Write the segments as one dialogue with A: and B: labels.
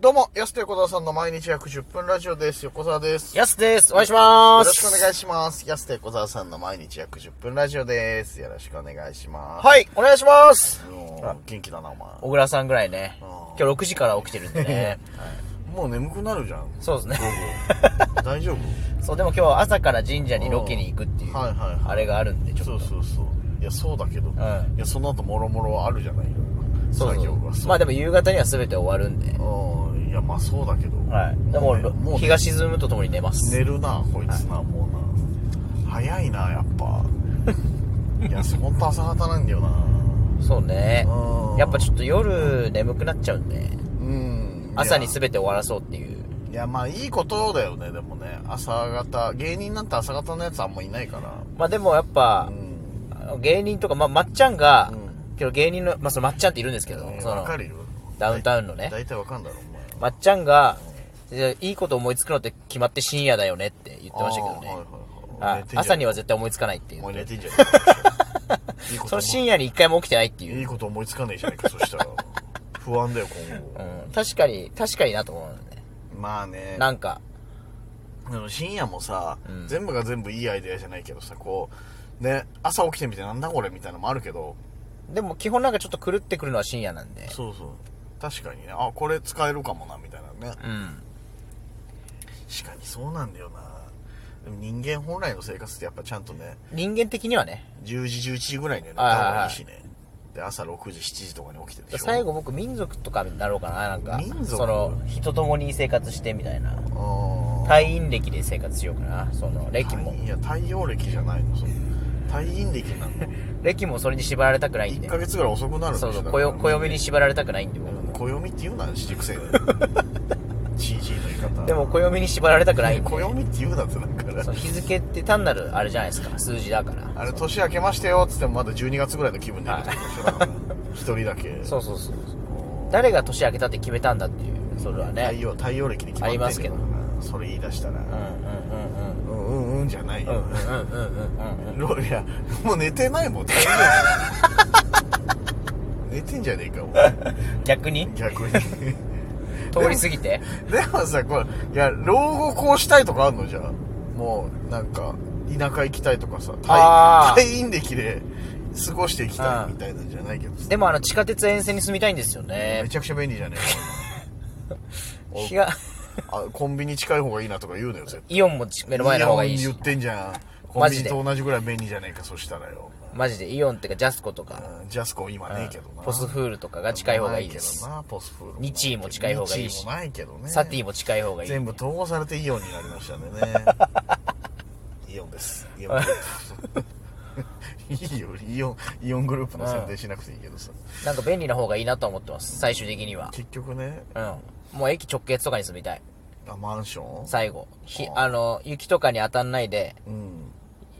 A: どうも、安手小沢さんの毎日約10分ラジオです。横澤です。よ
B: やすです。お会いしま
A: ろ
B: す。
A: しくお願いします。安手小沢さんの毎日約10分ラジオです。よろしくお願いします。
B: はい、お願いします。
A: もう元気だな、お前。
B: 小倉さんぐらいね、
A: あ
B: 今
A: ー
B: 日6時から起きてるんでね。
A: もう眠くなるじゃん。
B: そうですね。
A: 午後大丈夫
B: そう、でも今日朝から神社にロケに行くっていう、
A: はいはいはい
B: あれがあるんで、 ちょっ
A: そ
B: と。
A: うそうそう。いや、そうだけど。
B: ん
A: いや、その後、もろもろあるじゃないよ。
B: そう
A: 作
B: そ
A: 業が。
B: う。まあでも夕方には全て終わるんで。
A: も。うんいや、まあそうだけど。
B: はい。でも、
A: ねも
B: も
A: う
B: う
A: ね
B: 日が沈むとともに寝ます。
A: 寝るなこいつな、もうな早いなやっ ぱいやほんと朝方なんだよな
B: そうね
A: うん。
B: やっぱちょっと夜眠くなっちゃうんで、
A: うん
B: 朝に
A: いや
B: 全て終わらそうっていう。
A: いやまあいいことだよねでもね朝方芸人なんて朝方のやつあんまいないから
B: まあでもやっぱ
A: う、ん
B: あの芸人とか、まあ、まっちゃんが
A: うん、
B: けど芸人の、まあそのまっちゃんっているんですけど、そ
A: わ
B: の
A: か、るよ
B: ダウンタウンのね。
A: 大体わかんだろお前
B: まっちゃんが、いやいいこと思いつくのって決まって深夜だよねって言ってましたけど
A: あー
B: ね。
A: はいはいはい
B: あ朝には絶対思いつかないってい
A: お
B: う。
A: 前寝てん じゃねえかいいこと思
B: その
A: い
B: 深夜に一回も起きてないってい。
A: いういこと思いつかねえじゃねえかそしたら不安だよ今後、
B: うん、確かに、確かになと思うのね。
A: まあね
B: なんか、
A: でも深夜もさ、
B: うん
A: 全部が全部いいアイデアじゃないけどさこうね朝起きてみてなんだこれみたいなのもあるけど
B: でも基本なんかちょっと狂ってくるのは深夜なんで。
A: そうそう確かにねあこれ使えるかもなみたいなね
B: うん。
A: 確かにそうなんだよなでも人間本来の生活ってやっぱちゃんとね
B: 人間的にはね、
A: 10時11時ぐらいには寝た
B: はいはいはい
A: 方がいいしねで朝6時7時とかに起きてるでしょ
B: 最後僕民族とかになろうかな、なんか。
A: 民族
B: その、人ともに生活してみたいな。
A: あー
B: 退院歴で生活しようかな。その、歴も。
A: いや太陽暦じゃないのその太陰暦 なんだ
B: 歴もそれに縛られたくないん
A: 1
B: で
A: ヶ。月ぐらい遅くなるんでし
B: そ
A: ょ
B: うそう、
A: だ
B: こ
A: から
B: よ暦に縛られたくないんで、僕も。
A: 暦って言うな七 くせえ GG の言い方
B: でも暦に縛られたくないんで。
A: 暦って言うなってだか
B: そ
A: ら
B: う日付って単なるあれじゃないですか数字だから
A: あれ年明けましてよっつってもまだ12月ぐらいの気分でいるってことでしょだから一人だけ
B: そうそうそう誰が年明けたって決めたんだっていうそれは
A: 太
B: ね
A: 陽太陽暦で決まってんだよ
B: ありますけど
A: それ言い出したら
B: うんうん
A: うんうんうんじゃない
B: うんうん
A: よ
B: うんうんうんうん
A: ロいやもう寝てないもん太陽暦寝てんじゃねえかもう
B: 逆に
A: 逆に
B: 通り過ぎて
A: でもさこれいや老後こうしたいとかあんのじゃあもうなんか田舎行きたいとかさ
B: あー
A: 退院歴で過ごしていきたいみたいなんじゃないけどさ
B: でもあの地下鉄沿線に住みたいんですよね
A: めちゃくちゃ便利じゃねえか
B: 日が
A: あコンビニ近い方がいいなとか言うのよ絶対
B: イオンもち目の前の方がいい
A: イオン
B: し
A: 言ってんじゃんコン
B: マ
A: ビニ
B: ジで
A: と同じぐらい便利じゃねえかそしたらよ
B: マジでイオンってかジャスコとか
A: うんジャスコ今ねえけどな
B: ポスフールとかが近い方がいいです
A: ないけどなポスフールも
B: 日医も近い方がいいし
A: 日医もないけどね
B: サティも近い方がいい
A: 全部統合されてイオンになりましたん でねイオンですイオングループいいよイオンイオングループの宣伝しなくていいけどさ、
B: なんか便利な方がいいなと思ってます最終的には
A: 結局ね
B: うんもう駅直結とかに住みたい
A: あマンション
B: 最後ひ
A: あ
B: あの雪とかに当たんないで
A: うん、うん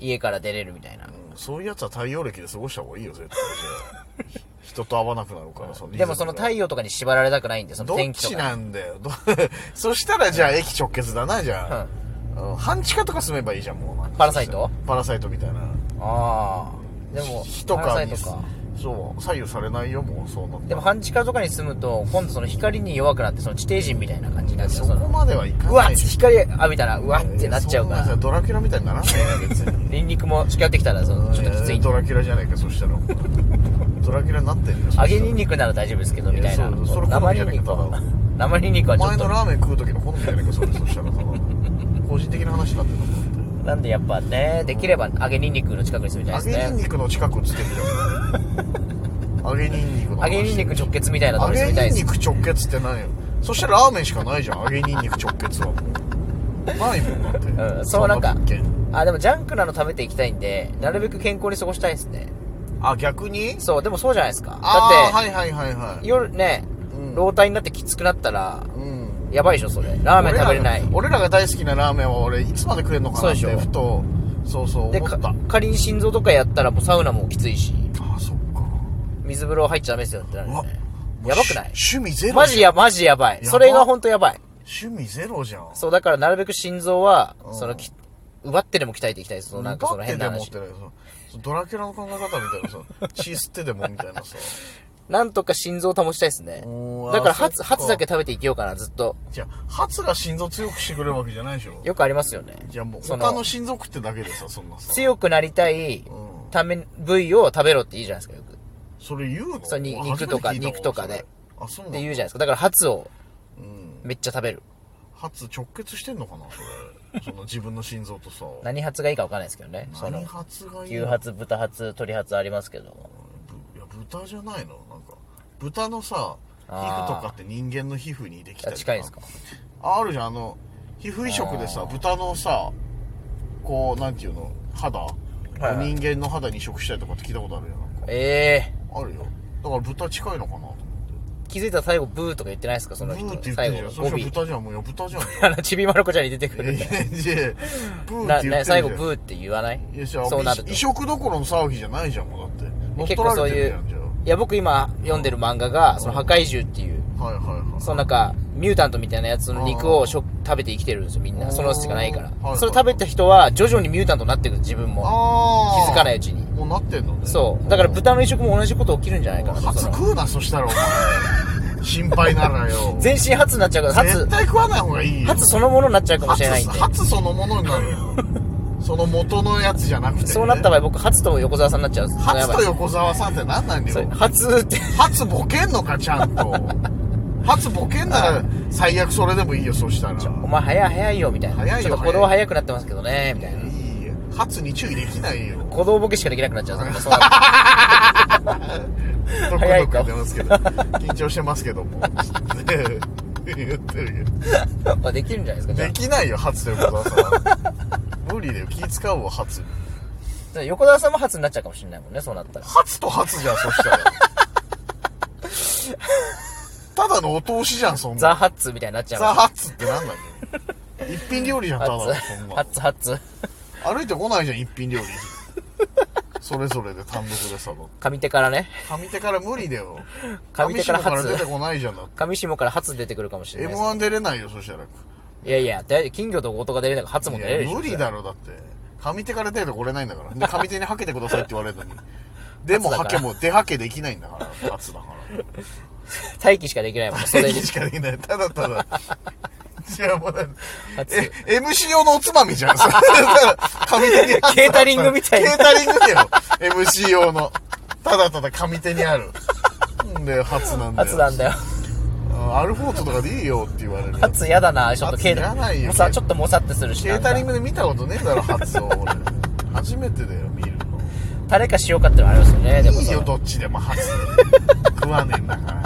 B: 家から出れるみたいな
A: そういうやつは太陽暦で過ごした方がいいよ絶対じゃあ人と会わなくなるからそのリズ
B: で
A: ム
B: もその
A: が
B: 太陽とかに縛られたくないんで、その
A: どっ
B: 天気
A: ち
B: とか。
A: なんだよど そしたらじゃあ駅直結だなじゃあ、うん、半地下とか住めばいいじゃんもうなんか
B: パラサイト
A: パラサイトみたいな
B: ああ。でも、
A: 火と
B: パラ
A: か
B: サイ
A: に
B: トか。
A: そう左右されないよもうそうなったら
B: でも半地下とかに住むと、今度その光に弱くなって、その地底人みたいな感じになって、
A: そ
B: そ
A: こ
B: の、
A: まではいか
B: うわ
A: な
B: っ
A: いし
B: 光浴びたら、うわってなっちゃう
A: そ
B: か
A: んな
B: ら
A: さ。ドラキュラみたいにならないよ 別に
B: 輪陸も近寄ってきたら、その、ちょっときついんで
A: ド。ラキュラじゃないかそしたらドラキュラになってんだよ
B: 揚げニン
A: に
B: ニクなら大丈夫ですけど、みたい
A: い
B: な。
A: やそうそれ好
B: 生
A: みじ
B: ニ
A: ゃねえ
B: ンニ
A: か
B: クは
A: ただ。
B: 生ニンニクはちょっ
A: 前の
B: と、
A: ラーメン食う時の好みじゃねえかそれそしたらさ個人的な話になってんだもん
B: なんでやっぱね、できれば揚げニンニクの近くに住 みたい
A: 揚
B: です
A: げニン
B: ね。
A: ニクの近くっつってる じゃん揚げニンニクの
B: 揚
A: 話
B: げニンニク直結みたいなと
A: 揚
B: こに住
A: げ
B: みたいで
A: ニンニ
B: す。
A: ク直結って何よそしたらラーメンしかないじゃん揚げニンニク直結はもうないもんだって、
B: うん、そうなんか
A: 物件、
B: あ、でもジャンクなの食べていきたいんで、なるべく健康に過ごしたいですね。
A: あ逆に
B: そう、でもそうじゃないですか。だって、
A: ああはいはいはいはい
B: 夜ね、
A: うん
B: 老体になってきつくなったら、
A: うん
B: やばいでしょ、それ。ラーメン食べれない。
A: 俺らが俺らが大好きなラーメンは俺いつまで食えんのかなって
B: そうでしょ
A: ふとそうそう
B: で、
A: 思った
B: か仮に心臓とかやったら、もうサウナもきついし、
A: あそっか
B: 水風呂入っちゃダメですよってなる
A: う
B: よ
A: わ
B: ね。やばくない
A: し趣味ゼロじゃん
B: マジや、マジやばい。
A: やば
B: それがほんとやばい。
A: 趣味ゼロじゃん
B: そう、だからなるべく心臓は
A: う、ん
B: その、き奪ってでも鍛えていきたいです。そのなんかその変な
A: 奪っ
B: 話
A: て。でもってないそのドラキュラの考え方みたいなさ血吸ってでもみたいなさ
B: なんとか心臓を保ちたいですね
A: おー。
B: だから
A: あそっ
B: ハ
A: か
B: ツ、ハツだけ食べていけようかな、ずっと。
A: じゃあ、ハツが心臓強くしてくれるわけじゃないでしょ
B: よくありますよね。
A: じゃあもう、
B: そ
A: 他の心臓食ってだけでさ、そんなさ。
B: 強くなりたい
A: うん
B: ため、部位を食べろっていいじゃないですか、よく。
A: それ言うの
B: そうに
A: 俺初めて
B: 肉とか
A: 聞いたわ
B: 肉とかで
A: それあ、そう
B: っ
A: な
B: て
A: の
B: 言うじゃないですか。だからハツを
A: うん。
B: めっちゃ食べる。
A: ハツ直結してんのかなそれ。その自分の心臓とさ。
B: 何ハツがいいかわかん ないですけどね。そ
A: 何
B: の、
A: ハツがいい
B: 牛
A: の
B: ハツ、豚ハツ、鶏ハツありますけど。
A: ぶいや、豚じゃないのなんか。豚のさ、皮膚
B: あー
A: とかって人間の皮膚にできた
B: あ
A: りと
B: 近いですか
A: ああるじゃん、あの、皮膚移植でさ、豚のさ、こう、なんていうの、肌、
B: いはい
A: 人間の肌に移植したりとかって聞いたことあるよ、なんか。
B: ええ
A: あるよ。だから豚近いのかなと思って。
B: 気づいたら最後ブーとか言ってないですかそ
A: ブ
B: の人
A: ーって言って
B: 最
A: るじゃん。
B: 後
A: そ
B: 語
A: れ
B: 尾
A: じゃ豚じゃん、もういや豚じゃん。
B: あのちびまる子ちゃんに出てく
A: え
B: る
A: えじゃあブーって言ってる
B: なな
A: じゃん。
B: 最後ブーって言わない
A: いやじゃあ
B: そうなると
A: 移植どころの騒ぎじゃないじゃん、もうだって。乗っ取
B: 結構
A: ら
B: そう
A: れて
B: い
A: るじゃ、
B: うん
A: じゃ
B: いや僕今読んでる漫画がその破壊獣っていう
A: あ。はいはいはい。
B: そのなんかミュータントみたいなやつの肉を食食べて生きてるんですよみん
A: あ
B: な
A: ー
B: そのしかないから
A: はいはい
B: それ食べた人は徐々にミュータントになっていく自分も気
A: ああ。
B: づかないう
A: い。
B: ちに
A: もうなってんのね。
B: そうだから豚の移植も同じこと起きるんじゃないかな
A: 初
B: その
A: 食うな、そしたらお 前。心配ならよ。
B: 全身初になっちゃうから初
A: 絶対食わない方がいいよ。
B: 初そのものになっちゃうかもしれないんで
A: 初初そのものになるよ。その元のやつじゃなくて、ね。
B: そうなった場合僕初と横澤さんになっちゃうんですや
A: 初
B: ばい
A: と横澤さんってなんなんだ
B: それ
A: よ。
B: 初って
A: 初ボケんのか、ちゃんと。 初ボケんなら最悪それでもいいよ、そしたら。
B: お前早い早いよみたいな
A: 早いよ
B: ちょっと
A: 早い
B: 鼓動早くなってますけどねみ たいない
A: いよ。初に注意できないよ。
B: 鼓動ボケしかできなくなっちゃうそうなると
A: ドク
B: 早
A: ド
B: い
A: ク言
B: か
A: ってますけど緊張してますけども言ってる
B: まあできるんじゃないです
A: け
B: かじ
A: ど
B: ゃあ
A: できないよ初と横澤さん無理だよ気使うわ初
B: じゃあ横澤さんも初になっちゃうかもしれないもんねそうなったら
A: 初と初じゃんそ したらただのお通しじゃんそんな
B: ザ・ハッツみたいになっちゃう
A: ザ・ハッツってなんだよ一品料理じゃんただ
B: ハ
A: のそん
B: ッ
A: な
B: ツハッツハッツ
A: 歩いてこないじゃん一品料理それぞれで単独でさ
B: 上手からね
A: 上手から無理だよ
B: 上手から
A: 上下
B: 初
A: 出てこないじゃんだって
B: 上下からハツ出てくるかもしれ
A: m
B: ない
A: 1出れないよそしたら
B: いやいやだい金魚とゴトが出れなくハツも出れる
A: い
B: で
A: や
B: しょ
A: 無理だろだって上手から出るとこれないんだからで上手にはけてくださいって言われるのにでも
B: 初
A: は
B: だか
A: け
B: ら
A: も出はけできないんだから圧だか
B: 待機しかできないもんそ
A: ら
B: れ
A: で
B: に
A: しかでき ないただただいやもう
B: 初
A: え MC 用のおつまみじゃ んそれだから上手にある
B: ケータリングみたいな
A: ケータリングだよ MC 用のただただ上手にあるんだよ初なんだよ
B: ハツなんだよ
A: うんアルフォートとかでいいよって言われる
B: ハツやだなちょっと
A: ハツいらないよ
B: もさちょっともさってするし
A: ケ
B: な
A: ー
B: んか
A: タリングで見たことねえだろ 初を俺初めてだよ見るの
B: タレか塩かってのありますよねでも
A: いい
B: さ
A: よどっちでもハツ食わねえんだから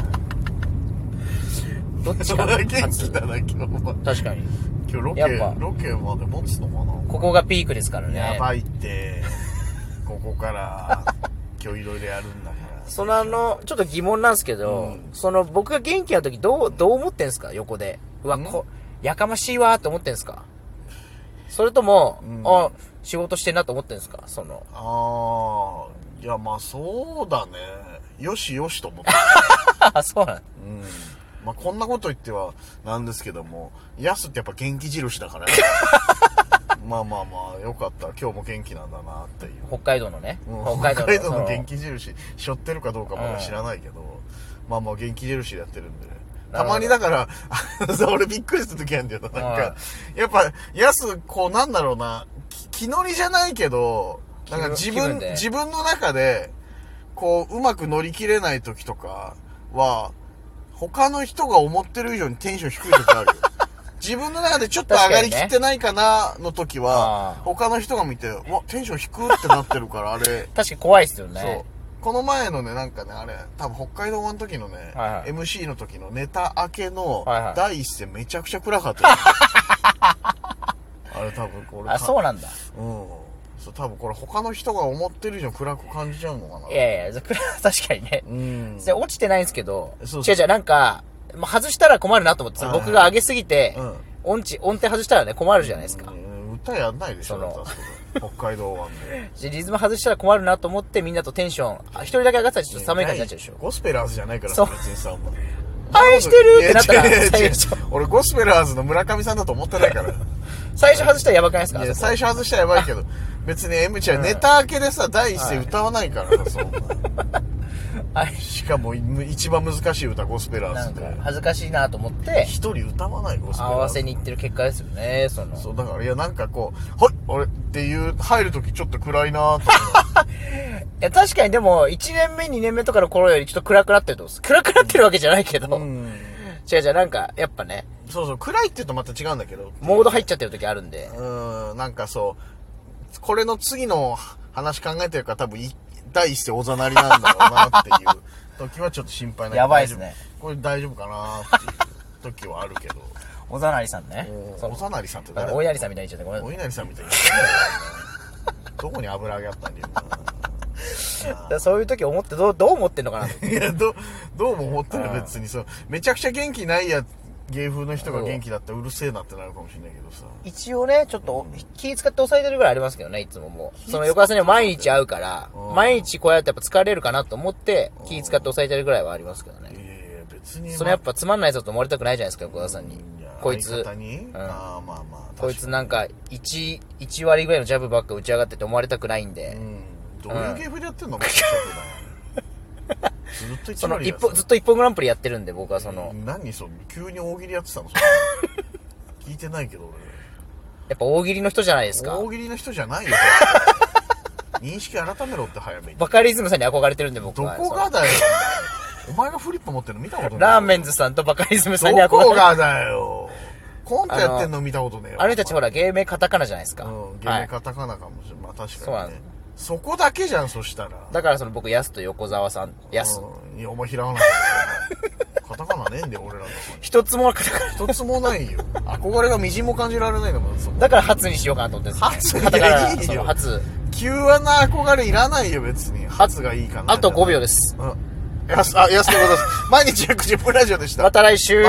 B: どっち
A: そ
B: が
A: れ は
B: ハ
A: 元気
B: ツ
A: だな今日は
B: 確かに
A: 今日ロケ
B: やっぱ
A: ロケまで持つのかな
B: ここがピークですからね
A: やばいって ここから今日いろいろやるんだから
B: そのあの、ちょっと疑問なんですけど、
A: うん
B: その僕が元気な時どう、どう思ってんすか横で。うわ、
A: ん
B: こ、やかましいわーって思ってんすかそれとも、
A: うん
B: あ、仕事してんなと思ってんすか その、
A: ああいやまあそうだねよしよしと思って
B: あ、そうなん
A: うんまあこんなこと言ってはなんですけどもヤスってやっぱ元気印だからまあまあまあよかった今日も元気なんだなっていう
B: 北海道のね。
A: うん北海道
B: そ
A: の元気印背負ってるかどうかまだ知らないけど、まあまあ元気印でやってるんで
B: な
A: た
B: るほど
A: まにだから、 あのさ俺びっくりした時あるんだよな。なんか、やっぱ、やす、こうなんだろうな、き気乗りじゃないけど、なんか自
B: 気
A: 分
B: 分気分で、
A: 自分の中で、こう、うまく乗り切れない時とかは、他の人が思ってる以上にテンション低い時 あるよ。自分の中でちょっと上がりきってないかなの時は、
B: あー
A: 他の人が見て、うわ、テンション低ってなってるから、あれ、
B: 確かに怖いっすよね。
A: そう。この前のね、なんかね、あれ、多分北海道湾の時のね、
B: はいはい
A: MC の時のネタ明けの
B: はいはい
A: 第一戦めちゃくちゃ暗か ったよ。あれ多分これ。
B: あ、そう
A: う
B: なんだ。
A: うん。そう、多分これ他の人が思ってる以上に暗く感じちゃうのかな。
B: いやいや、そ 確かにね。
A: うん。
B: で落ちてないんですけど、
A: そうそう
B: 違う違う、なんか、まあ外したら困るなと思って、その
A: はい
B: 僕が上げすぎて、
A: うん
B: 音痴、音程外したらね、困るじゃないですか。
A: うん歌やんないでしょ、
B: その
A: だってあそこで北海道湾で。
B: でリズム外したら困るなと思ってみんなとテンション、あ一人だけ上がってたらちょっと寒い感じになっちゃうでしょ。
A: ゴスペラーズじゃないから
B: そう
A: 別にさ、もう
B: 愛してるってなったら
A: いや違う違う
B: 最初、
A: 俺ゴスペラーズの村上さんだと思ってない から。
B: 最初外したらやばくないですか
A: い
B: あ
A: や
B: そこ
A: 最初外したらやばいけ ど別に M ちゃんネタ明けでさ第一声歌わないからさ、そんな
B: あれ
A: しかもむ一番難しい歌ゴスペラー
B: な
A: ズ
B: ん
A: って
B: か恥ずかしいなと思って
A: 一人歌わないゴスペラーズ
B: 合わせに行ってる結果ですよねその
A: そうだからいやなんかこう「はいあれ?」っていう入る時ちょっと暗い なーと
B: いや確かにでも1年目2年目とかの頃よりちょっと暗くなってると思うんです暗くなってるわけじゃないけど、
A: うん
B: 違う違うなんかやっぱね
A: そうそう暗いって言うとまた違うんだけど
B: モード入っちゃってる時あるんで、
A: うんなんかそうこれの次の話考えてるから多分い第一声おざなりなんだろうなっていう時はちょっと心配な
B: やばいっすね
A: 大丈夫これ大丈夫かなーっていう時はあるけど
B: おざなりさんね そ
A: お
B: の
A: ざなりさんって
B: だから
A: 誰
B: おやりさんみたいに言っちゃってごめんな
A: お稲
B: さい
A: 荷さんみたいなどこに油揚げあったんだよ
B: だからそういう時思ってどうどう思ってんのかなと
A: いや、ど、どうも思ったら
B: うん
A: 別にそう、めちゃくちゃ元気ないや、芸風の人が元気だったらうるせえなってなるかもしれないけどさ。
B: 一応ねちょっと気使って抑えてるぐらいありますけどねいつももうその翌朝には毎日会うから
A: うん
B: 毎日こうやってやっぱ疲れるかなと思って気使って抑えてるぐらいはありますけど
A: い
B: ね
A: やいや、別に。
B: それやっぱつまんないぞと思われたくないじゃないですか横田さんに
A: いや
B: こいつ
A: 相方に、
B: ん
A: ああ、まあまあ。
B: こいつなん
A: か。
B: か1、1割ぐらいのジャブばっか打ち上がってて思われたくないんで
A: う、ん。どういう芸風でやってんの、 お前ずっと言って
B: その
A: る
B: 一
A: や
B: 本、ずっと一本グランプリやってるんで僕はその、
A: 何その、急に大喜利やってたのそ れ聞いてないけど
B: やっぱ大喜利の人じゃないです
A: 俺。
B: か。
A: 大喜利の人じゃないよ。認識改めろって早 めに。
B: バカリズムさんに憧れてるんで僕
A: ど
B: は。
A: こがだよ。お前がフリップ持ってるの見たことな
B: そ
A: い。
B: のラーメンズさんとバカリズムさんに
A: ど
B: 憧
A: こ
B: れてる。
A: がだよ。コントやってんの見たことねえよ。
B: あの人たちほら、芸名カタカナじゃないですか。
A: うん、ゲ
B: は
A: ーム
B: い。
A: カタカナかもしれん。まあ確
B: そう
A: か
B: なん
A: に
B: で
A: ね。そこだけじゃん、そしたら。
B: だからその僕、ヤスと横澤さん、ヤス。
A: うん。いや、お前ひらがな。 カタカナねえんだよ、俺らのとこ
B: 一つもカタカナ。
A: に。一つもないよ。憧れがみじんも感じられないのもん、そこ。
B: だから初にしようかなと思ってるんです
A: 初
B: カタカ
A: いやい
B: ナ、
A: いよ
B: その初。
A: 急はな憧れいらないよ、別に。初がいいかな。
B: あと5
A: 秒。
B: 秒です。
A: うん。やす、あ、やすでございます。毎日約10分ラジオでした
B: ま。た来週。